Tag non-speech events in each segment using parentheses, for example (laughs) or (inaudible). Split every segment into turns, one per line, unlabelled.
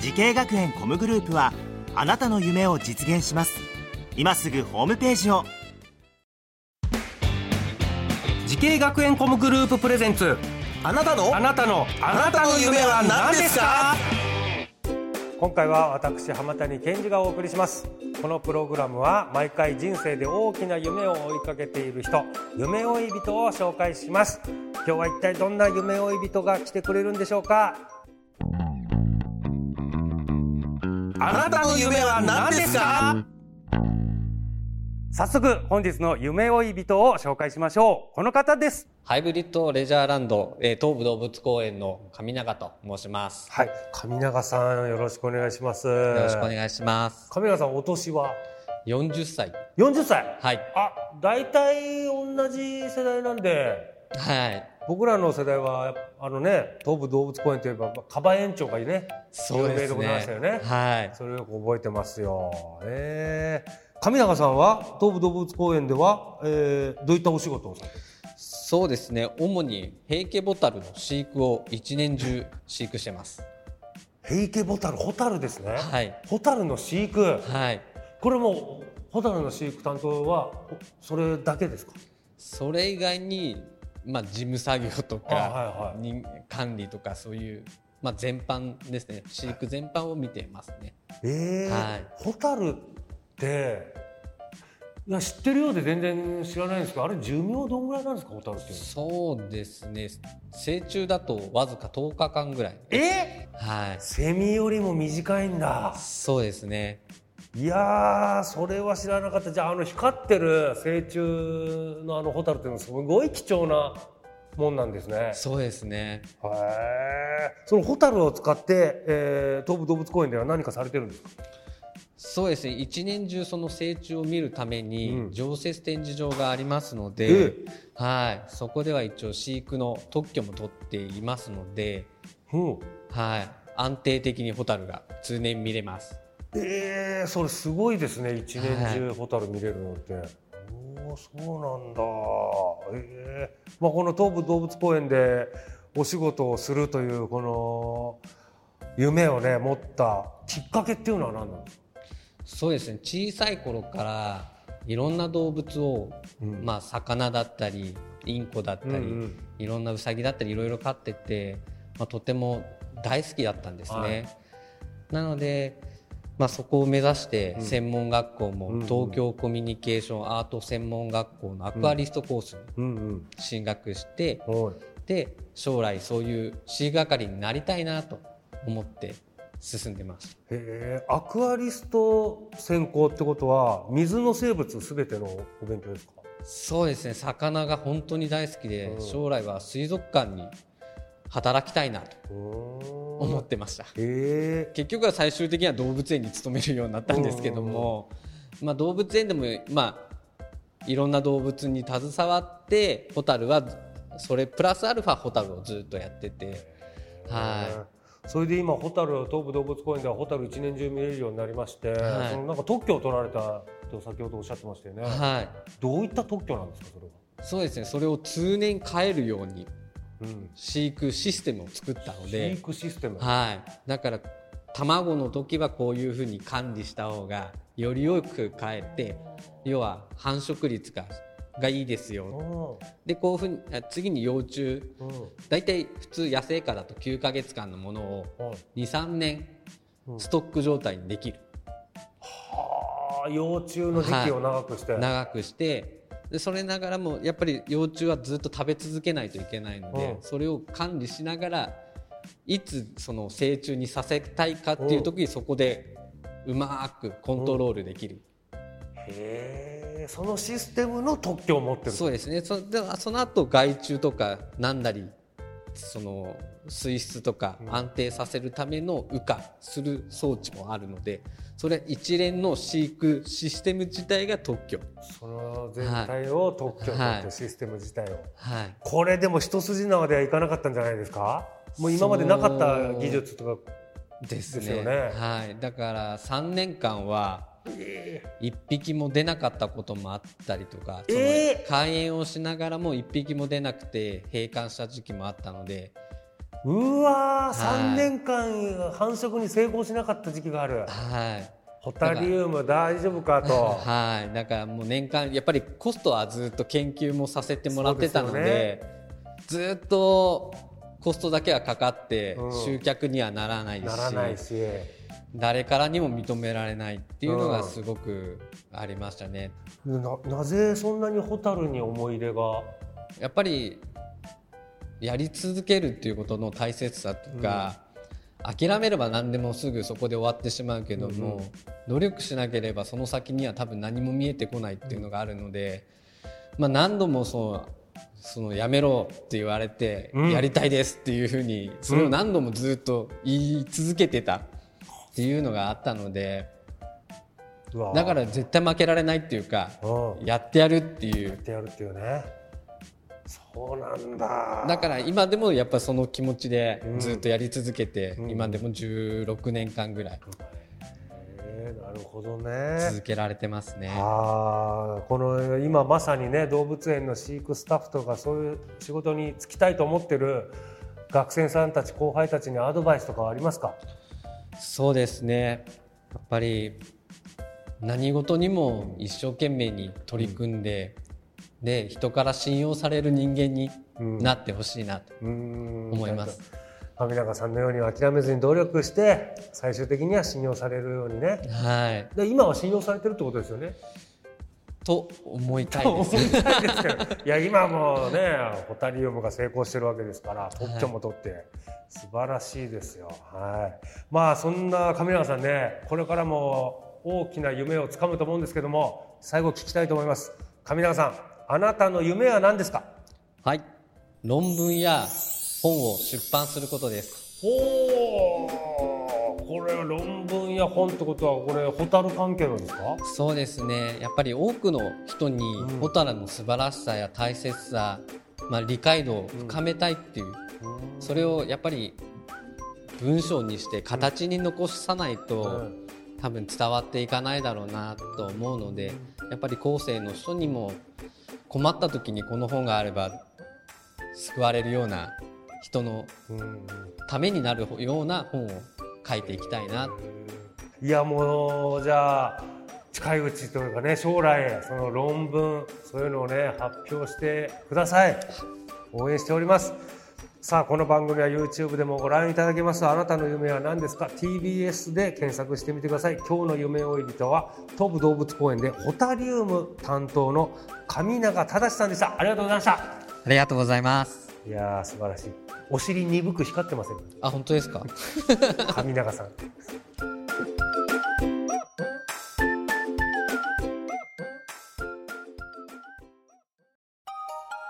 時系学園コムグループはあなたの夢を実現します今すぐホームページを
時系学園コムグループプレゼンツ
あなたの
あなたのあなたの夢は何ですか
今回は私浜谷健二がお送りしますこのプログラムは毎回人生で大きな夢を追いかけている人夢追い人を紹介します今日は一体どんな夢追い人が来てくれるんでしょうか
あなたの夢は何ですか
早速本日の夢追い人を紹介しましょうこの方です
ハイブリッドレジャーランド、えー東武動物公園の上永と申します。
はい上永さんよろしくお願いします
よろしくお
い
願いします。
上永さんお年は
40歳。
40歳
はい。
あ大体同じ世代なんで
はい。
僕らの世代はあのね東武動物公園といえばまあカバ園長がいいね
そうで
有名でご
す
ざ
ね。
いましたよね
はい。
それをよく覚えてますよえー、上永さんは東武動物公園では、えー、どういったお仕事をされてる
そうですね。主に平家ボタルの飼育を一年中飼育してます。
ヘイケボタルホタルですね、
はい。
ホタルの飼育
はい。
これもホタルの飼育担当はおそれだけですか
それ以外に、まあ、事務作業とか、
あはいはい
人管理とか、そういう、まあ、全般ですね。飼育全般を見てますね。
えー
はい
ホタルっていや知ってるようで全然知らないんですけどあれ寿命どんぐらいなんですかホタルっていうの
そうですね。成虫だとわずか10日間ぐらい。
え
はい。
セミよりも短いんだ
そうですね。
いやーそれは知らなかったじゃああの光ってる成虫のあのホタルっていうのはすごい貴重なもんなんですねへ
そうですね。
えそのホタルを使って、えー東武動物公園では何かされてるんですか
そうですね。一年中その成虫を見るため
うん
に常設展示場がありますの
え
で、はい。そこでは一応飼育の特許も取っていますので、
うん
はい。安定的にホタルが通年見れます。
えー、それすごいですね一年中ホタル見れるのって、おおそうなんだええまあこの東武動物公園でお仕事をするというこの夢をね持ったきっかけっていうのは何なんですか、
そうですね。小さい頃からいろんな動物を、
うん
まあ魚だったり、インコだったり、いろんなウサギだったりいろいろ飼ってて、まあ、とても大好きだったんですね、
はい
なので、まあ、そこを目指して
うん
専門学校も
うんうん
東京コミュニケーションアート専門学校のアクアリストコースに
うんうん
進学して、
はい
で将来そういう飼育係になりたいなと思って進んでました
へえアクアリスト専攻ってことは水の生物すべてのお勉強ですか
そうですね魚が本当に大好きで
うん
将来は水族館に働きたいなと思
思
ってました
へえ
結局は最終的には動物園に勤めるようになったんですけども、まあ、動物園でも、まあ、いろんな動物に携わってホタルはそれプラスアルファホタルをずっとやってては
それで今ホタル東武動物公園ではホタル一年中見れるようになりまして、
はい
そのなんか特許を取られたと先ほどおっしゃってましたよね、
い、はい、
どういった特許なんですかそれは、
そうですねそれを通年飼えるように
うん、
飼育システムを作ったの
飼
で、
育システム、
はい、だから卵の時はこういうふうに管理した方がよりよく飼えて要は繁殖率ががいいです
う
よ
ん
でこういうふうにあ次に幼虫
うん
大体普通野生下だと9ヶ月間のものを
はい
23年
うん
ストック状態にできる
あー幼虫の時期を長くして、
長くしてでそれながらもやっぱり幼虫はずっと食べ続けないといけないので
うん
それを管理しながらいつその成虫にさせたいかっていう時にそこでうまくコントロールできる
へえそのシステムの特許を持ってる
そうですねそでその後害虫とかなんなりその水質とか安定させるための羽化する装置もあるのでそれ一連の飼育システム自体が特許
その全体を特許と
は
っ
い
てシステム自体を、
はい
これでも一筋縄ではいかなかったんじゃないですかもう今までなかった技術とか
です
ですよ
ね
ね
はい、だから3年間は1匹も出なかったこともあったりとか、その
え
開園をしながらも1匹も出なくて閉館した時期もあったので、
うわー、
はい
3年間繁殖に成功しなかった時期がある
はい
ホタリウム大丈夫か
(laughs)
と
はい、だからもう年間やっぱりコストはずっと研究もさせてもらってたの
そうで
でずっとコストだけはかかって
うん
集客にはならないし,、
ならないし
誰からにも認められないっていうのがすごくありましたね。
ななぜそんなにホタルに思い入れが
やっぱりやり続けるっていうことの大切さとか、諦めれば何でもすぐそこで終わってしまうけども、努力しなければその先には多分何も見えてこないっていうのがあるので、まあ、何度もそう。そのやめろって言われて、
うん
やりたいですっていうふうにそれを何度もずっと言い続けてたっていうのがあったので
うわー
だから絶対負けられないっていうか
うんや
やってやるっていう
ってやるっていうねそうなんだ
だから今でもやっぱその気持ちで
うん
ずっとやり続けて、
うん
今でも16年間ぐらい
えーなるほどね
続けられてますね。
あーこの今まさにね動物園の飼育スタッフとかそういう仕事に就きたいと思ってる学生さんたち後輩たちにアドバイスとかはありますか
そうですねやっぱり何事にも一生懸命に取り組んで、で人から信用される人間になってほしいなと思
思
います。
上中さんのように諦めずに努力して最終的には信用されるようにね
はい
で今は信用されてるってことですよね。 (laughs)
と思いたいです。
ですけどいや今もうねホタリウムが成功してるわけですから特許も取って、素晴らしいですよ。はい、まあそんな上永さんねこれからも大きな夢をつかむと思うんですけども最後聞きたいと思います。上永さんあなたの夢は何ですか
はい論文や本を出版することです。
ほうこれ論文や本ってことはこれホタル関係のですか
そうですねやっぱり多くの人に
うん
ホタルの素晴らしさや大切さ、まあ、理解度を深めたいっていう、それをやっぱり文章にして形に残さないと、
うん
多分伝わっていかないだろうなと思うのでやっぱり後世の人にも困った時にこの本があれば救われるような人の
うん
ためになるような本を書いていきたいな、
いやもうじゃあ近いうちというかね将来その論文そういうのをね発表してください応援しておりますさあこの番組は YouTube でもご覧いただけますあなたの夢は何ですか TBS で検索してみてください今日の夢追い人は東武動物公園でホタリウム担当の上永忠さんでしたありがとうございました
ありがとうございます
いやー素晴らしいお尻鈍く光ってませんか
あ本当ですか
上永さん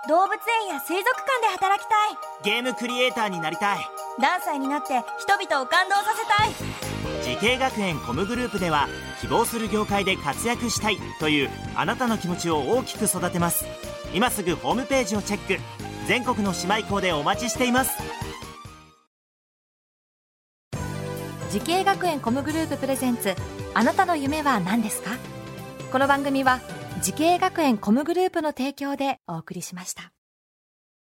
動物園や水族館で働きたい
ゲームクリエイターになりたい
何歳になって人々を感動させたい
時系学園コムグループでは希望する業界で活躍したいというあなたの気持ちを大きく育てます今すぐホームページをチェック全国の姉妹校でお待ちしています
時系学園コムグループプレゼンツあなたの夢は何ですかこの番組は時系学園コムグループの提供でお送りしました